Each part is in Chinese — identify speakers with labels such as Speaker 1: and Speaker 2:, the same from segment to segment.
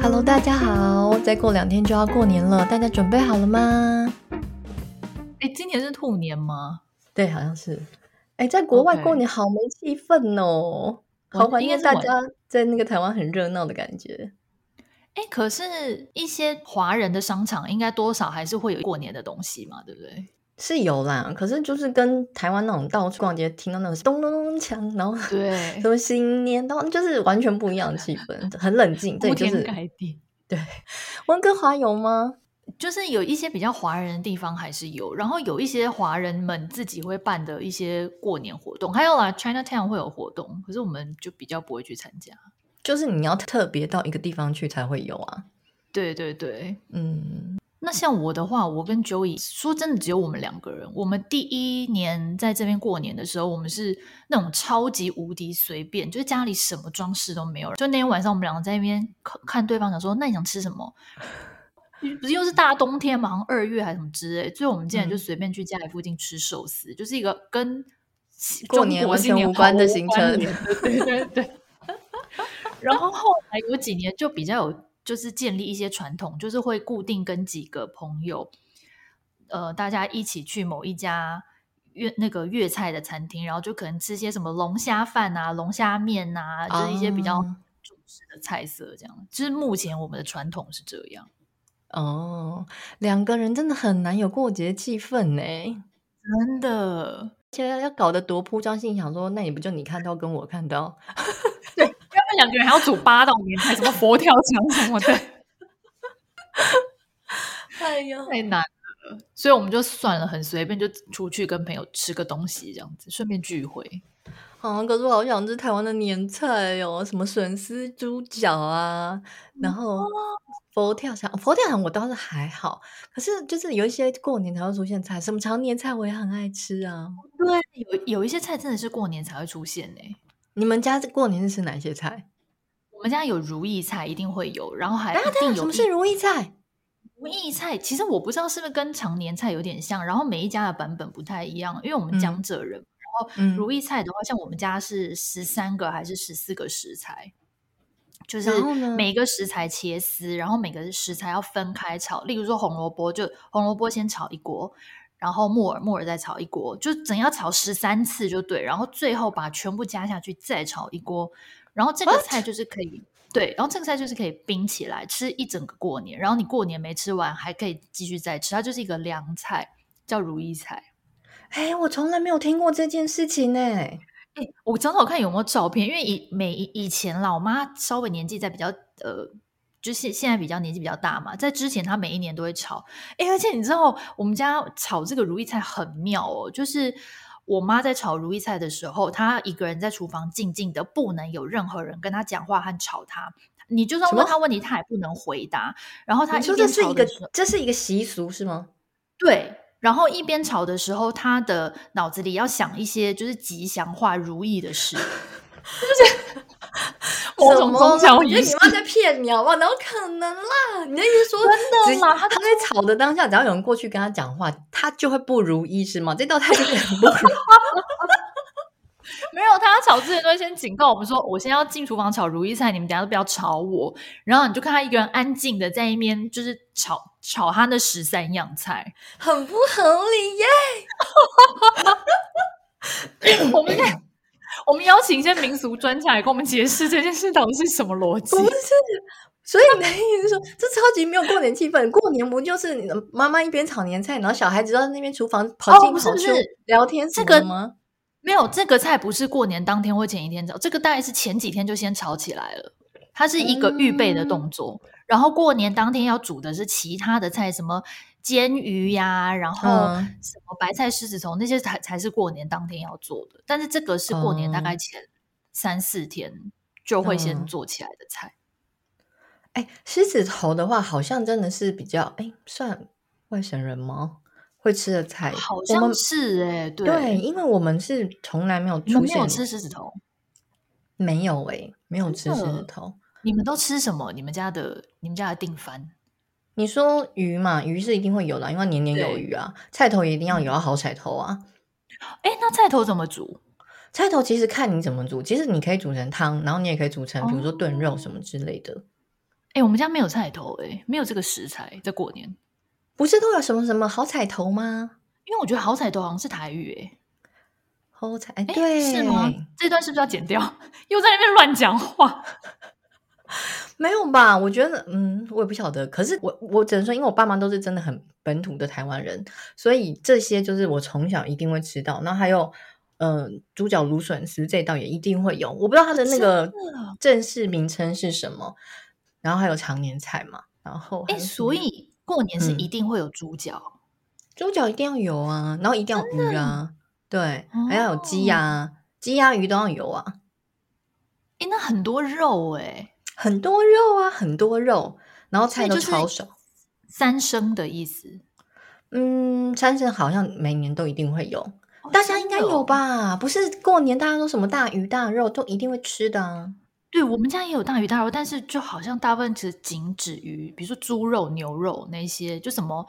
Speaker 1: Hello，大家好，再过两天就要过年了，大家准备好了吗？
Speaker 2: 哎，今年是兔年吗？
Speaker 1: 对，好像是。哎，在国外过
Speaker 2: OK，
Speaker 1: 年好没气氛哦，好
Speaker 2: 完
Speaker 1: 怀
Speaker 2: 应该
Speaker 1: 念
Speaker 2: 是
Speaker 1: 大
Speaker 2: 完。
Speaker 1: 家在那个台湾很热闹的感觉。
Speaker 2: 哎，可是，一些华人的商场应该多少还是会有过年的东西嘛，对不对？
Speaker 1: 是有啦，可是就是跟台湾那种到处逛街听到那种咚咚咚锵，然后 什
Speaker 2: 对，
Speaker 1: 么新年到，就是完全不一样的气氛，很冷静。 这
Speaker 2: 铺
Speaker 1: 里就
Speaker 2: 天
Speaker 1: 是
Speaker 2: 盖地，
Speaker 1: 对温哥华有吗？
Speaker 2: 就是有一些比较华人的地方还是有，然后有一些华人们自己会办的一些过年活动，还有啦，Chinatown 会有活动，可是我们就比较不会去参加。
Speaker 1: 就是你要特别到一个地方去才会有啊。
Speaker 2: 对对对，
Speaker 1: 嗯，
Speaker 2: 那像我的话，我跟 Joey 说真的，只有我们两个人。我们第一年在这边过年的时候，我们是那种超级无敌随便，就是家里什么装饰都没有。就那天晚上，我们两个在那边看看对方，想说那你想吃什 么？不是又是大冬天嘛，好像二月还是什么之类，所以我们竟然就
Speaker 1: 嗯，
Speaker 2: 随便去家里附近吃寿司，就是一个跟西
Speaker 1: 过
Speaker 2: 中
Speaker 1: 年
Speaker 2: 国
Speaker 1: 完
Speaker 2: 新
Speaker 1: 全
Speaker 2: 年
Speaker 1: 无
Speaker 2: 毫
Speaker 1: 关的
Speaker 2: 无
Speaker 1: 行
Speaker 2: 关
Speaker 1: 程。
Speaker 2: 联。对对对。然后后来有几年就比较有，就是建立一些传统，就是会固定跟几个朋友，呃，大家一起去某一家粤那个粤菜的餐厅，然后就可能吃些什么龙虾饭啊、龙虾面啊，就是一些比较
Speaker 1: 啊，
Speaker 2: 中式的菜色这样。就是目前我们的传统是这样，
Speaker 1: 哦，两个人真的很难有过节气氛呢。
Speaker 2: 真的。
Speaker 1: 现在要搞得多铺张，心想说，那你不就你看到跟我看到？
Speaker 2: 对，要不然两个人还要煮八道年菜，什么佛跳墙什么的，
Speaker 1: 哎呦，
Speaker 2: 太难了。所以我们就算了，很随便就出去跟朋友吃个东西，这样子顺便聚会。
Speaker 1: 啊，可是 我好想吃台湾的年菜哦，什么笋丝猪脚啊，然后佛跳墙，佛跳墙我倒是还好，可是就是有一些过年才会出现菜，什么常年菜我也很爱吃啊。
Speaker 2: 对，有有一些菜真的是过年才会出现呢、
Speaker 1: 你们家过年是吃哪些菜？
Speaker 2: 我们家有如意菜，一定会有，然后还
Speaker 1: 等一
Speaker 2: 一
Speaker 1: 下，等一啊下，什
Speaker 2: 定有
Speaker 1: 么
Speaker 2: 一
Speaker 1: 是如意 菜？
Speaker 2: 如意菜。其实我不知道是不是跟常年菜有点像，然后每一家的版本不太一样，因为我们江
Speaker 1: 嗯
Speaker 2: 浙人。然后如
Speaker 1: 嗯，
Speaker 2: 意菜的话，像我们家是十三个还是十四个食材，就
Speaker 1: 然
Speaker 2: 是
Speaker 1: 后呢？
Speaker 2: 每个食材切丝，然后每个食材要分开炒。例如说红萝卜，就红萝卜先炒一锅，然后木耳木耳再炒一锅，就整要炒十三次就对，然后最后把全部加下去再炒一锅，然后这个菜
Speaker 1: What？
Speaker 2: 就是可以。对，然后这个菜就是可以冰起来吃一整个过年，然后你过年没吃完还可以继续再吃，它就是一个凉菜，叫如意菜。
Speaker 1: 哎，我从来没有听过这件事情呢。
Speaker 2: 欸我找找看有没有照片，因为以每以以前啦，我妈稍微年纪在比较呃，就是现在比较年纪比较大嘛，在之前她每一年都会炒，哎、而且你知道我们家炒这个如意菜很妙哦，就是我妈在炒如意菜的时候，她一个人在厨房静静的，不能有任何人跟她讲话和吵她，你就算
Speaker 1: 什
Speaker 2: 问她
Speaker 1: 么？
Speaker 2: 问题，她也不能回答，然后她
Speaker 1: 你
Speaker 2: 一
Speaker 1: 说这
Speaker 2: 边
Speaker 1: 是
Speaker 2: 炒
Speaker 1: 一
Speaker 2: 的
Speaker 1: 个
Speaker 2: 时候。
Speaker 1: 这是一个习俗是吗？
Speaker 2: 对，然后一边吵的时候，他的脑子里要想一些就是吉祥话、如意的事， 某
Speaker 1: 什
Speaker 2: 种
Speaker 1: 么
Speaker 2: 宗
Speaker 1: 啦？
Speaker 2: 教
Speaker 1: 我觉得
Speaker 2: 仪
Speaker 1: 你
Speaker 2: 式。
Speaker 1: 妈在骗你好不啊好？哪有可能啦？你的意思是说，只
Speaker 2: 真的啦，他
Speaker 1: 她在吵的当下，只要有人过去跟她讲话，她就会不如意是吗？这道菜就是很不如 意。
Speaker 2: 没有他要吵之前都会先警告我们说，我现在要进厨房炒如意菜，你们等一下都不要吵我。然后你就看他一个人安静的在一边，就是炒炒他那十三样菜。
Speaker 1: 很不合理耶！
Speaker 2: 我们现在 我们邀请一些民俗专家来跟我们解释这件事到底是什么逻
Speaker 1: 不
Speaker 2: 辑。
Speaker 1: 是，所以你的意思是说，这超级没有过年气氛。过年不就是你的妈妈一边炒年菜，然后小孩子到那边厨房跑
Speaker 2: 哦，
Speaker 1: 进
Speaker 2: 不是
Speaker 1: 跑
Speaker 2: 不是，
Speaker 1: 出聊天什
Speaker 2: 这
Speaker 1: 么的
Speaker 2: 个
Speaker 1: 吗？
Speaker 2: 没有这个菜不是过年当天或前一天炒，这个大概是前几天就先炒起来了，它是一个预备的
Speaker 1: 嗯，
Speaker 2: 动作。然后过年当天要煮的是其他的菜，什么煎鱼呀、然后
Speaker 1: 嗯
Speaker 2: 什么白菜狮子头那些才才是过年当天要做的。但是这个是过年大概
Speaker 1: 嗯
Speaker 2: 前三四天就会先
Speaker 1: 嗯。
Speaker 2: 做起来的菜。
Speaker 1: 哎，狮子头的话，好像真的是比较哎，算外省人吗？会吃的菜，
Speaker 2: 好
Speaker 1: 我
Speaker 2: 像
Speaker 1: 们
Speaker 2: 是哎、
Speaker 1: 对，
Speaker 2: 对，
Speaker 1: 因为我们是从来没有
Speaker 2: 你们
Speaker 1: 出
Speaker 2: 没
Speaker 1: 现，
Speaker 2: 有吃狮子头，
Speaker 1: 没有哎，没有
Speaker 2: 真
Speaker 1: 吃狮子
Speaker 2: 的？
Speaker 1: 头。
Speaker 2: 你们都吃什么？你们家的你们家的定番？
Speaker 1: 你说鱼嘛，鱼是一定会有的，因为年年有
Speaker 2: 对，
Speaker 1: 余啊。菜头也一定要有
Speaker 2: 嗯，
Speaker 1: 啊，好彩头啊。
Speaker 2: 哎，那菜头怎么煮？
Speaker 1: 菜头其实看你怎么煮，其实你可以煮成汤，然后你也可以煮成比如说炖肉什
Speaker 2: 哦，
Speaker 1: 么之类的。
Speaker 2: 哎、我们家没有菜头、哎，没有这个食材在过年，
Speaker 1: 不是都有什么什么好彩头吗？
Speaker 2: 因为我觉得好彩头好像是台语、哎。
Speaker 1: 好彩，
Speaker 2: 哎，
Speaker 1: 对，
Speaker 2: 是吗？这段是不是要剪掉？ 又在那边乱讲话。
Speaker 1: 没有吧？我觉得，嗯，我也不晓得。可是我，我只能说，因为我爸妈都是真的很本土的台湾人，所以这些就是我从小一定会吃到。那还有，嗯、猪脚芦笋丝这一道也一定会有。我不知道它的那个
Speaker 2: 真的哦
Speaker 1: 正式名称是什么。然后还有常年菜嘛，然后还
Speaker 2: 哎、
Speaker 1: 有什么
Speaker 2: 所以过年是
Speaker 1: 嗯
Speaker 2: 一定会有猪脚。
Speaker 1: 猪脚一定要有啊，然后一定要有鱼啊，对，还要有鸡
Speaker 2: 哦
Speaker 1: 呀、啊，鸡鸭鱼都要有啊。
Speaker 2: 哎、那很多肉哎、
Speaker 1: 很多肉啊，很多肉，然后
Speaker 2: 所
Speaker 1: 菜
Speaker 2: 以
Speaker 1: 都
Speaker 2: 就是
Speaker 1: 超少。
Speaker 2: 三生的意思。
Speaker 1: 嗯，三生好像每年都一定会有，
Speaker 2: 哦
Speaker 1: 大家应
Speaker 2: 真
Speaker 1: 该
Speaker 2: 的
Speaker 1: 有
Speaker 2: 哦
Speaker 1: 吧？不是过年大家都什么大鱼大肉都一定会吃的啊。
Speaker 2: 对我们家也有大鱼大肉，但是就好像大部分只仅止于，比如说猪肉、牛肉那些，就什么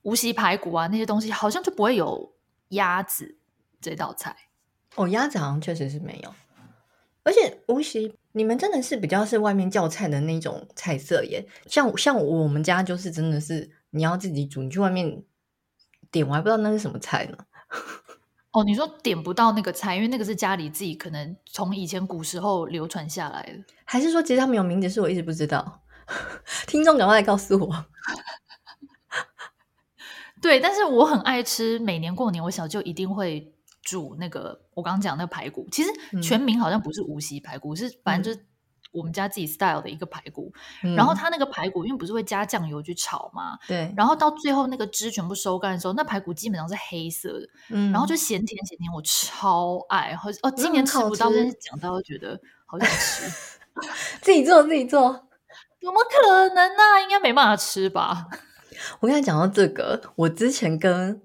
Speaker 2: 无锡排骨啊那些东西，好像就不会有鸭子这道菜。
Speaker 1: 哦，鸭子好像确实是没有，而且无锡你们真的是比较是外面叫菜的那种菜色耶，像像我们家就是真的是你要自己煮，你去外面点，我还不知道那是什么菜呢。
Speaker 2: 哦，你说点不到那个菜，因为那个是家里自己可能从以前古时候流传下来的。
Speaker 1: 还是说其实他们有名字是我一直不知道？ 听众赶快来告诉我。
Speaker 2: 对，但是我很爱吃，每年过年我小舅一定会煮那个我刚刚讲那个排骨。其实
Speaker 1: 嗯
Speaker 2: 全名好像不是无锡排骨，是反正就是我们家自己 style 的一个排骨。然后
Speaker 1: 嗯
Speaker 2: 它那个排骨，因为不是会加酱油去炒嘛，
Speaker 1: 对，
Speaker 2: 然后到最后那个汁全部收干的时候，那排骨基本上是黑色的，
Speaker 1: 嗯
Speaker 2: 然后就咸甜咸甜，我超爱。好哦，今年
Speaker 1: 很
Speaker 2: 吃
Speaker 1: 好
Speaker 2: 不到，但
Speaker 1: 吃
Speaker 2: 是讲到就觉得好想吃，
Speaker 1: 自己做自己做。
Speaker 2: 怎么可能呢、应该没办法吃吧？
Speaker 1: 我刚才讲到这个，我之前跟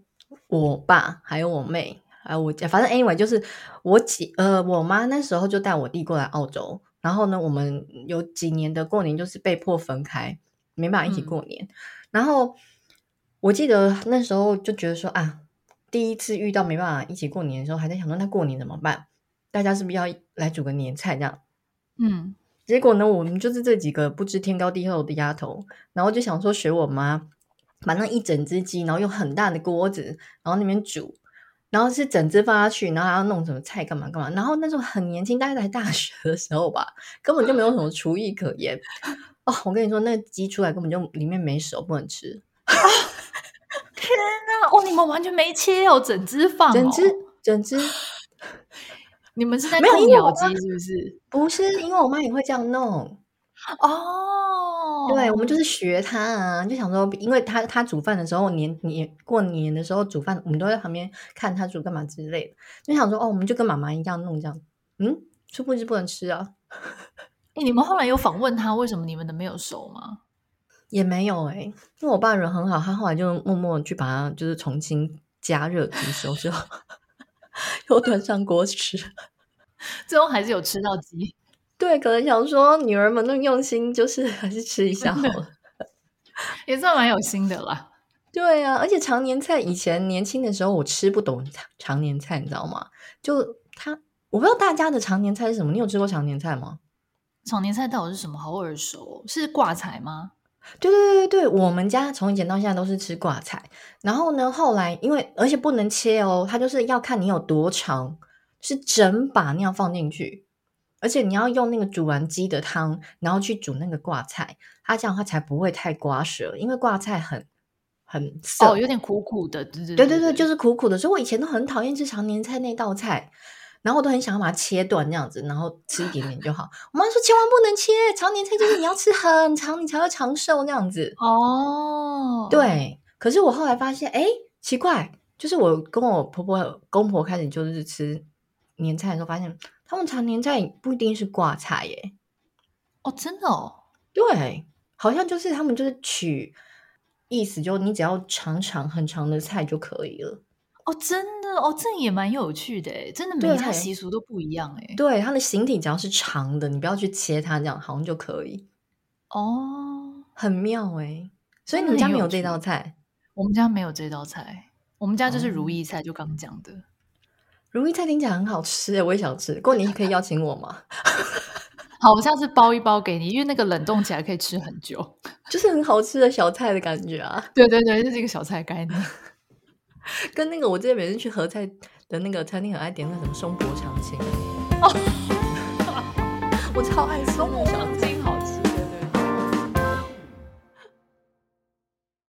Speaker 1: 我爸还有我妹还有我姐，反正 anyway 就是我姐呃我妈那时候就带我弟过来澳洲，然后呢，我们有几年的过年就是被迫分开，没办法一起
Speaker 2: 嗯
Speaker 1: 过年。然后我记得那时候就觉得说啊，第一次遇到没办法一起过年的时候，还在想说那过年怎么办？大家是不是要来煮个年菜这样？
Speaker 2: 嗯，
Speaker 1: 结果呢，我们就是这几个不知天高地厚的丫头，然后就想说学我妈，把那一整只鸡，然后用很大的锅子，然后那边煮，然后是整只放下去，然后还要弄什么菜干嘛干嘛。然后那时候很年轻，大概在大 学的时候吧，根本就没有什么厨艺可言。哦，我跟你说，那个鸡出来根本就里面没熟，不能吃，
Speaker 2: 那哦，你们完全没切哦，整只放、哦，
Speaker 1: 整只整只
Speaker 2: 你们是在
Speaker 1: 没有啊
Speaker 2: 控
Speaker 1: 因为
Speaker 2: 窑
Speaker 1: 我
Speaker 2: 机是不是？
Speaker 1: 不是因为我妈也会这样弄。
Speaker 2: 哦，
Speaker 1: 对，我们就是学他啊，就想说，因为他他煮饭的时候，年年过年的时候煮饭，我们都在旁边看他煮干嘛之类的，就想说，哦，我们就跟妈妈一样弄这样，嗯，殊不知不能吃啊，
Speaker 2: 诶你们后来有访问他为什么你们的没有熟吗？
Speaker 1: 也没有诶、因为我爸人很好，他后来就默默地去把它就是重新加热煮熟之后， 又端上锅吃。
Speaker 2: 最后还是有吃到鸡。
Speaker 1: 对，可能想说女儿们那么用心，就是还是吃一下好了。
Speaker 2: 也算蛮有心的啦。
Speaker 1: 对啊，而且常年菜以前年轻的时候我吃不懂常常年菜，你知道吗？就它，我不知道大家的常年菜是什么，你有吃过常年菜吗？
Speaker 2: 炒年菜到底是什么？好耳熟、哦，是挂菜吗？
Speaker 1: 对对对对，我们家从以前到现在都是吃挂菜，然后呢，后来因为而且不能切哦，它就是要看你有多长，是整把那样放进去，而且你要用那个煮完鸡的汤，然后去煮那个挂菜，它这样它才不会太刮舌，因为挂菜很很涩。
Speaker 2: 哦，有点苦苦的，对
Speaker 1: 对
Speaker 2: 对对
Speaker 1: 对对，就是是苦苦的。所以我以前都很讨厌吃常年菜那道菜，然后我都很想要把它切断这样子，然后吃一点点就好。我妈说千万不能切，常年菜就是你要吃很长，你才会长寿那样子。
Speaker 2: 哦，，
Speaker 1: 对，可是我后来发现，哎，奇怪，就是我跟我婆婆公婆开始就是吃年菜的时候，发现他们常年菜不一定是挂菜耶，
Speaker 2: 哦，真的哦，
Speaker 1: 对，好像就是他们就是取意思，就你只要长长很长的菜就可以了。
Speaker 2: 哦，真的哦，这也蛮有趣的诶，真的每
Speaker 1: 对
Speaker 2: 一家习俗都不一样哎。
Speaker 1: 对，它的形体只要是长的，你不要去切它，这样好像就可以，
Speaker 2: 哦，
Speaker 1: 很妙哎、所以
Speaker 2: 真
Speaker 1: 你
Speaker 2: 的
Speaker 1: 们家
Speaker 2: 很
Speaker 1: 没
Speaker 2: 有
Speaker 1: 有这
Speaker 2: 趣
Speaker 1: 道菜？
Speaker 2: 我们家没有这道菜，我们家就是如
Speaker 1: 哦
Speaker 2: 意菜，就刚刚讲的。
Speaker 1: 欸 如意菜听起来很好吃哎、我也想吃。过年可以邀请我吗？
Speaker 2: 好，我下次包一包给你，因为那个冷冻起来可以吃很久。
Speaker 1: 就是很好吃的小菜的感觉啊，
Speaker 2: 对对对，这是一个小菜概念。
Speaker 1: 跟那个我之前每次去合菜的那个餐厅，很爱啊
Speaker 2: 哦
Speaker 1: 点那什么松柏长青，我超爱松柏长青。